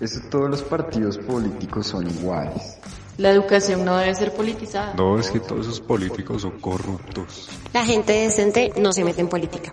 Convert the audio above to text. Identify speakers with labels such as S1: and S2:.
S1: Eso todos los partidos políticos son iguales.
S2: La educación no debe ser politizada.
S3: No, es que todos esos políticos son corruptos.
S4: La gente decente no se mete en política.